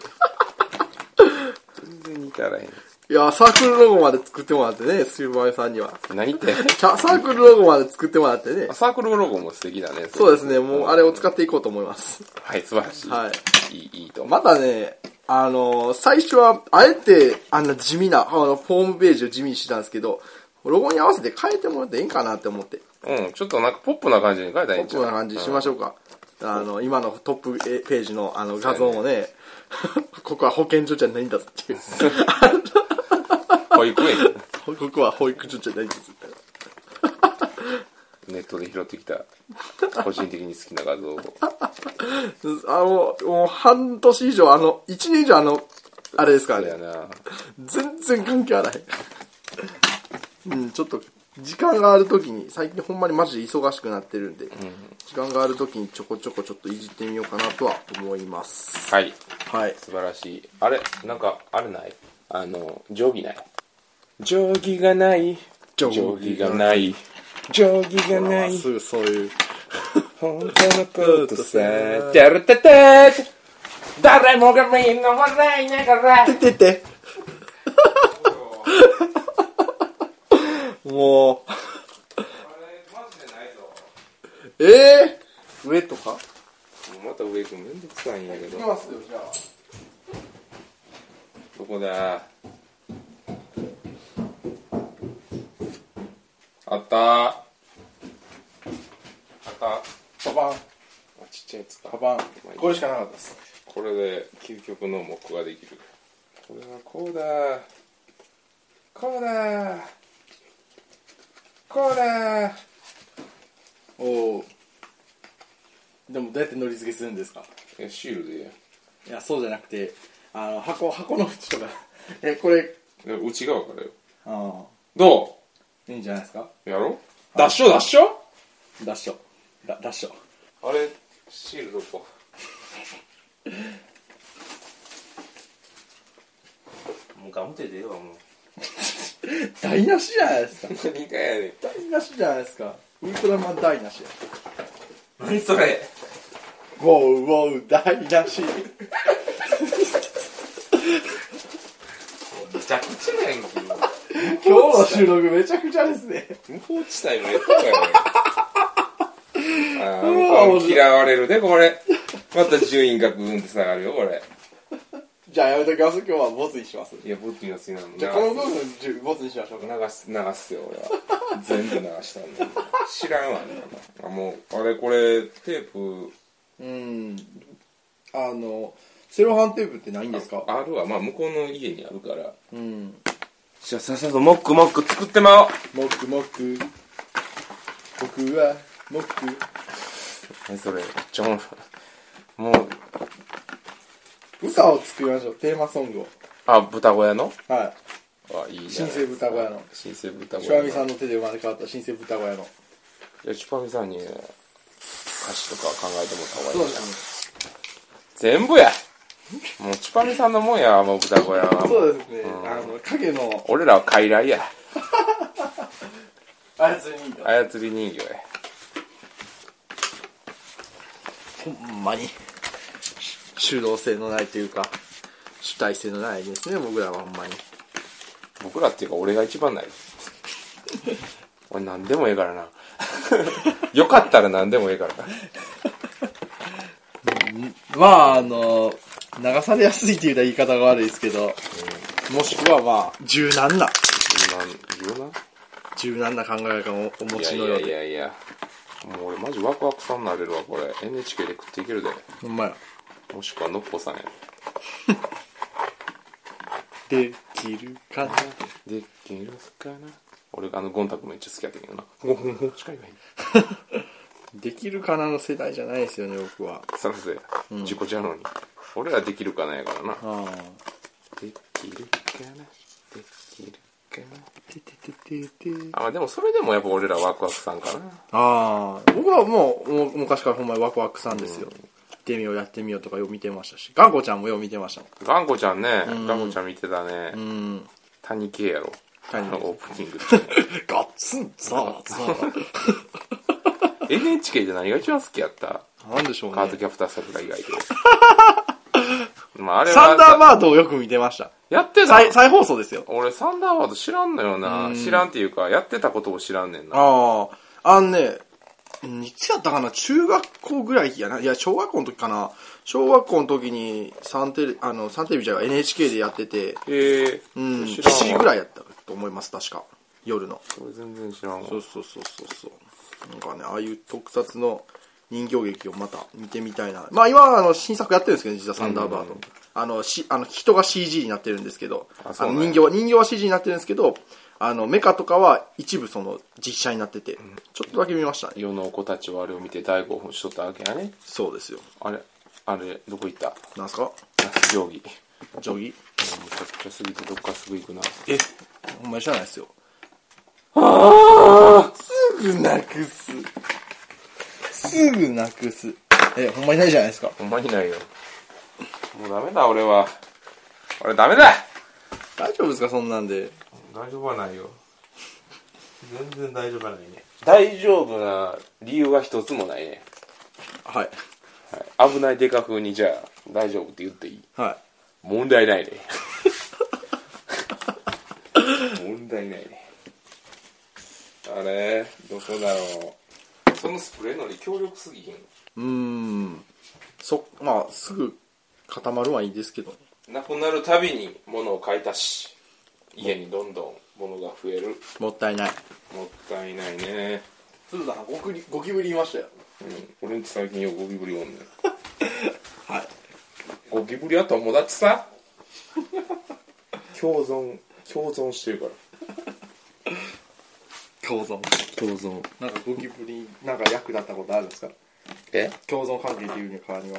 全然似たらへん。
いや、サークルロゴまで作ってもらってね、スーパーさんには。
何って
ちゃサークルロゴまで作ってもらってね
あ。サークルロゴも素敵だね。
そうですね、もうあれを使
っ
っていこうと思います。
はい、素晴らしい。。
はい
いい、いいと思う。
まだね、あの、最初は、あえて、あの、地味な、あの、ホームページを地味にしてたんですけど、ロゴに合わせて変えてもらっていいんかなって思って、
うん、ちょっとなんかポップな感じに書いたらい
ポ
いん
ッ
ちゃう
プな感じにしましょうか。あの、今のトップえページの、あの、画像もね、 ここは保健所じゃないんだぞっていう。
保育園。
ここは保育所じゃないんだぞっていう
ネットで拾ってきた、個人的に好きな画像を。
あの、もう半年以上、あの、一年以上あの、あれですか
あ
ら
れや
ね。
な。
全然関係あらへん。うん、ちょっと、時間があるときに、最近ほんまにマジで忙しくなってるんで、時間があるときにちょこちょこちょっといじってみようかなとは思います。
はい。
はい。
素晴らしい。あれなんか、あれないあの、定規ない。定規がない。定
定
規
規
が
が
ない。定規がな
あ
い。
すぐそういう。
本当のことさ。てるててて誰もがみんな笑いなが ら。
出 てもう、えー、上とか
また上君めんどくさいんやけど。
ますよ、じゃあ。
どこだあったあった
カバン、
ちっちゃいやつか
カバン
まあいい。
これしかなかったです。
これで究極のモックができるこれはこうだこうだこうだ
おおでもどうやって乗り付けするんですか
いや、シールでええやん
いやそうじゃなくてあの箱箱の縁とか えこれ
いや内側からよ。
あ
ど
あいいんじゃないですか
うやろ脱書脱書
ダッシュダダッシュ
あれ、シールどこ もうガムテでええわ、もう。
台無しじゃないですか
何かやねん。
台無しじゃないですかウルトラマン台無しや
何それ
ウォウウォウ台無し
めちゃくちゃやんけ。
今日の収録めちゃくちゃですね
無法地帯のやつかよ。あー
うわ
もうこれ嫌われるね、これ。また順位がグーンって下がるよ、これ。
じゃあやめときます今日はボツにします
いや、ボッティの好きなの
じゃあこの部分じゅボツにしましょうか
流す、流すよ、俺は。全部流したんだよ知らんわ、ね、あ、もう、あれこれ、テープ、
うんあのセロハンテープってないんですか
あるわ。まあ、向こうの家にあるから。
うん
じゃあ、さっさとモックモック作ってまおう。
もくもく僕はもく
え、それ、ちょ、もう、
歌を作りましょうテーマソングを
あ、豚小屋の
は
あ、いい
い
じゃ
新
な
生
い
豚小屋の
新生豚
しばみ
小
さ
屋
ん
の。
の手で生まれ変わった新生豚小屋の
いや、チュパミさんに、ね、歌詞とか考えてもらった方がいい。
そうです
全部やもうチュパミさんのもんやもう豚小屋は
ねそうですねあの影の
俺らは傀儡や
あやつに
操り人形や
ほんまに主導性のないというか主体性のないですね僕らはほんまに
僕らっていうか俺が一番ない 俺何でもええからな よかったら何でもええからな
まああの流されやすいという言い方が悪いですけど、もしくはまあ柔軟な
言うな
柔軟な考え方をお持ち
言
のよ
うな
うで
いやいやいやいやもう俺マジワクワクさんなれるわこれ NHK で食っていけるで
ほんまや
もしくはノッポさんや
できるかな
できるかな俺あのゴン太くんめっちゃ好きやったけどなゴンゴンゴンしか言わへん
できるかなの世代じゃないですよね僕は
さらせ自己じゃのに俺らできるかなやからな
ああ
できるかなできるかな
ててててて
あまあでもそれでもやっぱ俺らワクワクさんかな
ああ僕はもうもう昔からほんまにワクワクさんですよ、行ってみようやってみようとかよう見てましたしガンコちゃんもよう見てましたもん
ガンコちゃんねガンコちゃん見てたね
うん
谷系やろあ
谷
のオープニングって
ガッツンザーザー
NHK で何が一番好きやった
なんでしょう
カード
ね
キャプター 桜以外でまああれは
サンダーバードをよく見てました
やってた
再再放送ですよ
俺サンダーバード知らんのよな知らんっていうかやってたことを知らんねんな
ああ、あのね、んいつやったかな中学校ぐらいやな。いや、小学校の時かな。小学校の時にサンテレ、あの、サンテレビじゃない NHK でやってて、
ええ
うん、7
知らんわ
時ぐらいやったと思います、確か。夜の。
俺全然知らんわ
そうそうそうそうそう。なんかね、ああいう特撮の人形劇をまた見てみたいな。まあ今、あの、新作やってるんですけど、ね、実はサンダーバード。
うんうんうん
あの、し、あの、人が CG になってるんですけど、
あ
あ
そうなん
の
や
人形は、人形は CG になってるんですけど、あの、メカとかは一部その実写になってて、ちょっとだけ見ましたね。
世の子たちはあれを見て大興奮しとったわけやね
そうですよ。
あれあれどこ行った
なんすか
夏競技
定規
めちゃくちゃすぎてどっかすぐ行くな
え、ほんまに知らないですよ。
あ
すぐなくす。すぐなくす。え、ほんまにないじゃないですか。
ほんまにないよもうダメだ俺は俺ダメだ
大丈夫ですか、そんなんで。
大丈夫はないよ全然大丈夫はないね大丈夫な理由は一つもないね、
はい。
はい、危ないデカ風にじゃあ大丈夫って言っていい
は
問題 ないね問題ないねあれどこだろうそのスプレーのり強力すぎひん
い。うーん。そ、まあ、すぐ固まるはいいですけど。
なくなるたびに物を買い足し家にどんどん物が増える
もったいない。
もったいないね
鈴田さん、ゴキゴキブリいましたよ。
うん俺んち最近よゴキブリおんねん
はい。
ゴキブリは友達さ共存共存してるから
共存。
共存
なんかゴキブリ、なんか役立ったことあるんですか
え
共存関係っていうには変わりは。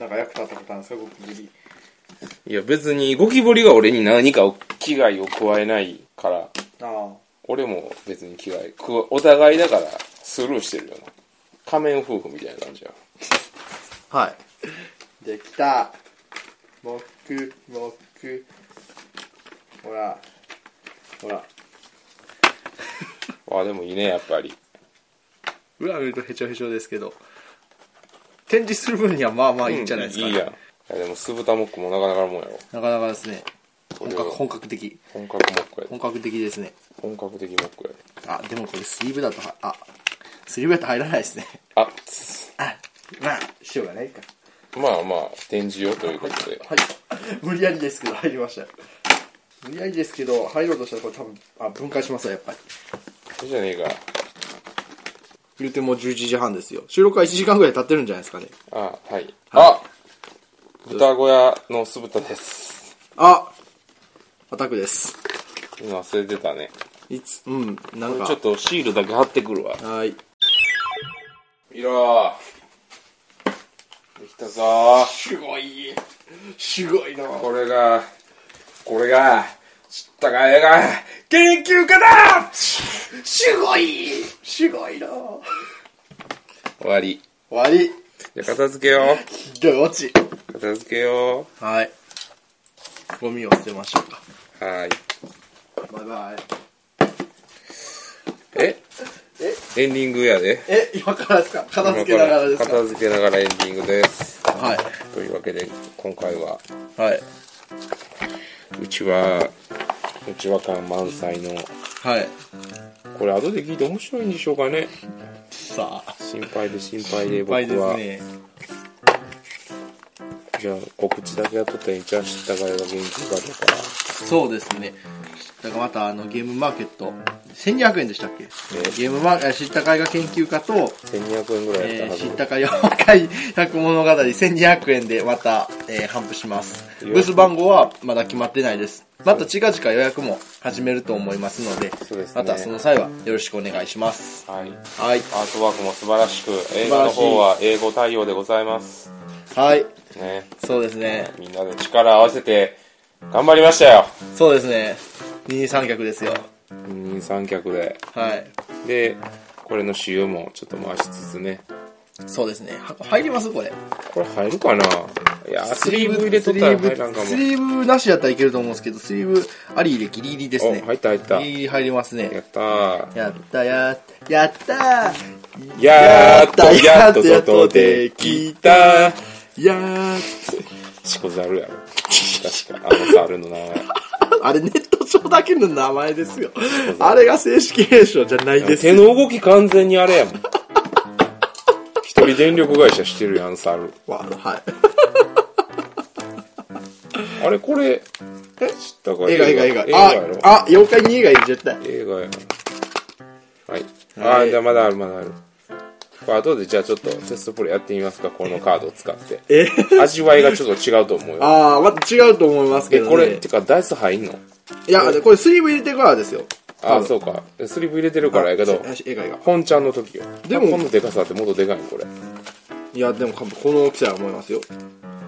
なんか役立ったことあるんですかゴキブリ
いや別にゴキブリが俺に何かを危害を加えないから
あ
俺も別に危害くお互いだからスルーしてるよな仮面夫婦みたいな感じや
あはいできたもくもくほらほら
あでもいいねやっぱり
裏見るとへちょへちょですけど展示する分にはまあまあいいんじゃないですか、
い
ね
いやんいやでも酢豚モックもなかなかのもんやろ
なかなかですね
こ
本
れ
格
は
本格的
本格モックやで
本格的ですね
本格的モックやで
あでもこれスリーブだとはあスリーブだと入らないですね
あつ
あまあしょうがないか
まあまあ展示用ということで
はい 無理やりですけど入りましたよ無理やりですけど入ろうとしたらこれ多分あ分解しますわやっぱり
そうじゃねえか
言うてもう11時半ですよ収録は1時間ぐらい経ってるんじゃないですかね
あはいあ豚小屋の酢豚です
あアタックです
今忘れてたね
いつうんなんか
ちょっとシールだけ貼ってくるわ
はい
いろーできたぞー
すごいすごいな
これがこれが知ったかえが研究家だ
すごいすごいな終
終わり
わり
じゃあ片付けよう
ひどい落ち
片付けよう
はいゴミを捨てましょうか
はーい。
バイバイ
えエンディングやで。
え今からですか片付けながらですか
片付けながらエンディングです。
はい
というわけで、今回は、
はいう
ちは、うちわ感満載の、
はい
これ後で聞いて面白いんでしょうかね。
さあ
心配で心配で
いっ
僕
ぱいで
は。
すね
じゃあ告知だけやっとったらいいんちゃう知ったかいが元気かとか。
そうですねだからまたあのゲームマーケット1200円でしたっけ、ゲームマーケット知ったかいが研究家と、
1200円ぐらいや
え
った
ー、
はず
知っ。たかい妖怪百物語1200円でまた、えー、頒布します
いよ
ブース番号はまだ決まってないですまた近々予約も始めると思いますので
そうですね
またその際はよろしくお願いします
はい。
はい
アートワークも素晴らしく、映画の方は英語対応でございます。
はい
ね。
そうですね
みんなで力を合わせて、頑張りましたよ。
そうですね二人三脚ですよ
二人三脚で。
はい
でこれの使用もちょっと回しつつね
そうですねは入りますこれ
これ入るかないやスリーブ入れとったら入らんかも
スリーブなしやったらいけると思うんですけど、スリーブありでギリギリですね。
お入った入った
ギリギリ入ります
や
ね。
ったー
やったやった、やった
やーっとやっとやっとできた
やー
チコザル やろ確かあのザルの名前
あれネット上だけの名前ですよ。あれが正式名称じゃないです
手
よ。
の動き完全にあれやもん一人電力会社してるやんザル
は
あれこれえ知ったか
い。映画映画映
映
画
画。やろ
あ、あ、妖怪に映画いる絶対。
映画やはいあ
は
ー
い
じゃあまだあるまだあるこれ後でじゃあちょっとテストプレイやってみますかこのカードを使って
え
味わいがちょっと違うと思うよ。
あー、また違うと思いますけ
え、
どね。
これ、てか、ダイス入んの
いや、これスリーブ入れてからですよ。
あ
多分
そうか。スリーブ入れてるからやけど、
よし映画映画。
本ちゃんの時よ。
で
で
も
も、このでかさってもっとでかいの、これ。っ
いや、でもこの大きさや思いますよ。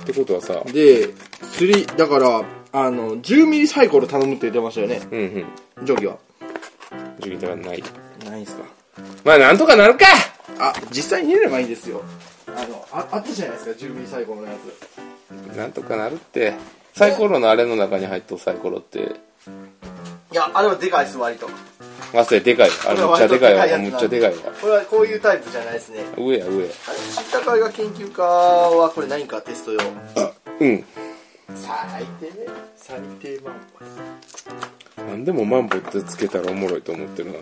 てことはさ、
で、釣り、だから、あの、10ミリサイコロ頼むって言ってましたよね、
うんうん。
定規は。
ジュリーはない。
ないんすか。
まあ、なんとかなるか
あ、実際に入れればいいんですよ。あの、ああったじゃないですか、10ミリサイコロのやつ。
なんとかなるって。サイコロのあれの中に入っとるサイコロって、
いや、あれはでかいです、割と。
まさにでかい。あれめっちゃでかいわ。め
め
っちゃでかいわ。
これはこういうタイプじゃないですね。
上や、上や。
あれ、知ったかいが研究家はこれ何かテスト用。
うん。
最低ね。最低マン
なんでもマンボってつけたらおもろいと思ってるな、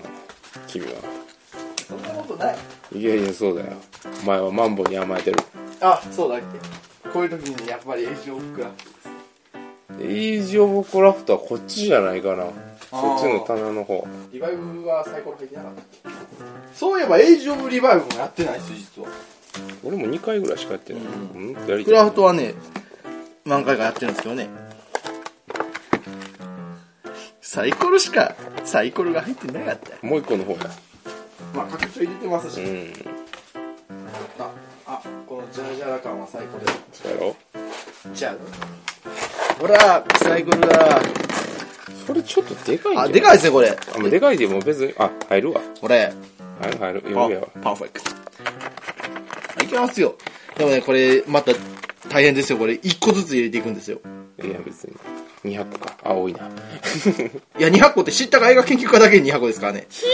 君は。
そんなことない。
いやいや、そうだよ。お前はマンボに甘えてる。
あ、そうだっけ。こういう時にやっぱりエイジオブクラフトです。
イージーオブクラフトはこっちじゃないかなそっちの棚の方
リバイブはサイコロ入ってなかったそういえばエイジオブリバイブもやってないです実は
俺も2回ぐらいしかやってない、うん、やり
ク
たい
ラフトはね何回かやってるんですけどねサイコロしかサイコロが入ってなかった
もう1個の方や
まあ拡張入れてますし、
うん
ああこのジャラジャラ感は最高で
そうやろ
じゃあほらサイクルだ
それちょっとでかいんじゃ
あ
ん
でかいですねこれ
あもうでかいでも別にあ入るわ
これ
入る入る
あ
余裕やわ
パーフェクトいけますよでもねこれまた大変ですよこれ1個ずつ入れていくんですよ
いや別に200個かあ多いない
や200個って知ったか映画研究家だけに200個ですからねひ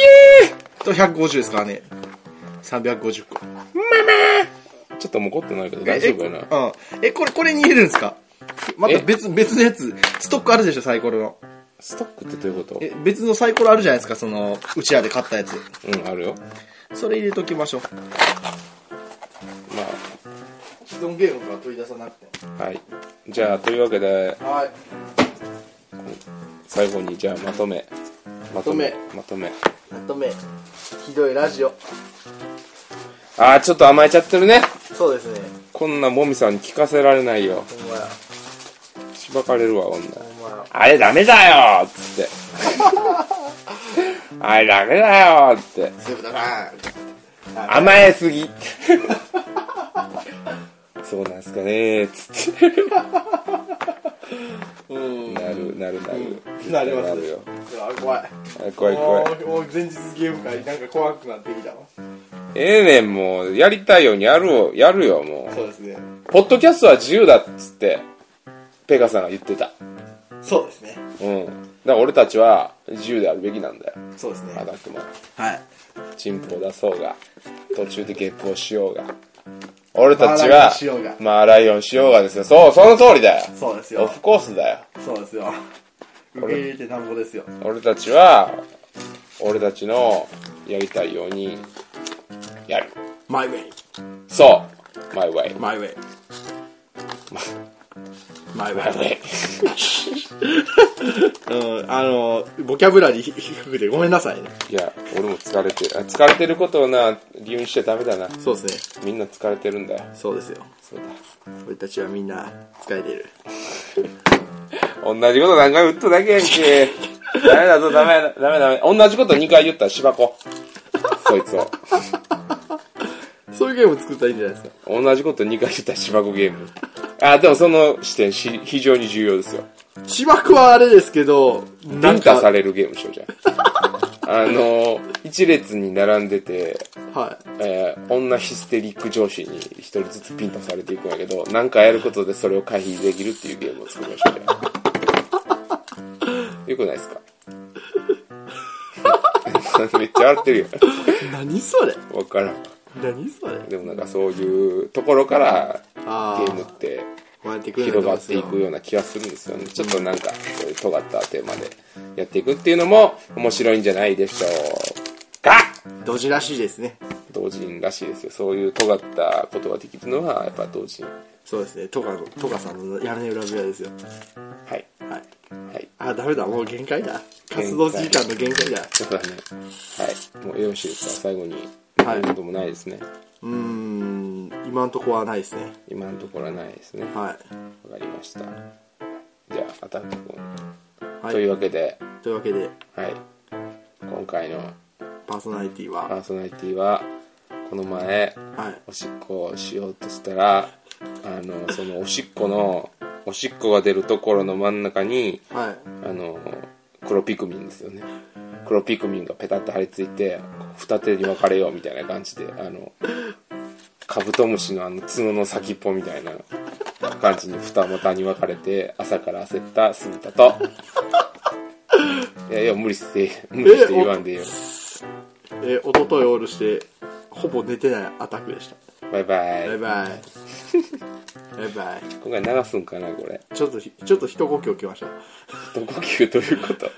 えと150ですからね350個
ちょっともう凝ってないけど大丈夫やな
うん。え、これ、これに入れるんですかまた
え
別、別のやつ、ストックあるでしょ、サイコロの。
ストックってどういうこと
え、別のサイコロあるじゃないですか、その、うちらで買ったやつ。
うんあるよ
それ入れときましょう。
ま
既存ゲームから取り出さなくて。
あはいじゃあというわけで
はい。
最後にじゃあまとめま
とめ
まとめ
まとめ、ひどいラジオ。
ああちょっと甘えちゃってるね
そうですね。
こんなもみさんに聞かせられないよ
ほんまや。
しばかれるわ
ほ
女
んまや。
あれダメだよ っつってあれダメだよっつって
セーフだな
甘えすぎそうなんすかねーつって
うん。
なるなるな
な
る、
ります
なるよ
あ、怖い。
あ怖い怖い
もうもう前日ゲーム会、なんか怖くなってきたわ。
ええねんもうやりたいようにやるをやるよもう
そうですね。
ポッドキャストは自由だっつってペガさんが言ってた
そうですね。
うんだから俺たちは自由であるべきなんだよ
そうですね
アダックも
はい。
チンポを出そうが途中でゲップをしようが俺たち
マ
は
ーライオンしようが
マーライオンしようがですよそうその通りだよ
そうです
オ
よ。
フコースだよ
そうですよ。受け入れてなんぼですよ。
俺たちは俺たちのやりたいようにやる
マイウェイ。
そうマイウェイ
マイ ウェイ。マイウ
マイウ
ェ
ェイ
イ。うん、あの、ボキャブラリー低くてごめんなさいね。
いや俺も疲れてるあ疲れてることをな理由にしちゃダメだな
そうですね。
みんな疲れてるんだよ
そうですよ。
そうだ
俺たちはみんな疲れてる。
同じこと何回も言っただけやんけダメだぞダメだダメだダメ同じこと2回言ったらしばこそいつを
そういうゲーム作ったらいいんじゃないですか。
同じこと2回言ったらしばこゲームあでもその視点し非常に重要ですよ
芝生はあれですけど、な
認
ん
可
か、
されるゲームしようじゃんあの一列に並んでて、
はい。
えー女ヒステリック上司に一人ずつピンタされていくんやけど何かやることでそれを回避できるっていうゲームを作りましょうじゃん よくないですかめっちゃ笑ってるよ
何それ
分からん
何それ
でもなんかそういうところからゲ
あ
ームって
あ、ってくる
広がっていくような気がするんですよねちょっとなんかそういう尖ったテーマでやっていくっていうのも面白いんじゃないでしょうか
ドジらしいですね。
同人らしいですよそういう尖ったことができるのはやっぱ同人
そうですね。トカ、トカさんの屋根裏部屋ですよ。
はい
はい。
はい
あ、ダメだ。もう限界だ。活動時間の限界だ。
そうだねはいもうよろしいですか最後に
はい
何事もないですね
うーん、今んとこはないですね。
今のところはないですねわ
はい。
かりましたじゃあアタック君
はい
というわけで
というわけで、
はい今回の
パーソナリティは、
パーソナリティはこの前
はい。
おしっこをしようとしたらあのそのおしっこのおしっこが出るところの真ん中に
はい。
あの黒ピクミンですよね黒ピクミンがペタッと張り付いてこう二手に分かれようみたいな感じであのカブトムシのあの角の先っぽみたいな感じに二股に分かれて朝から焦った杉田といやいや無理して無理して言わんでいいよ
えー、おとといオールして、ほぼ寝てないアタックでした。
バイバイ
バイバイ。バイバイ。
今回流すんかなこれ
ちょっとひ、ちょっと一呼吸来ました。
ど呼吸ということ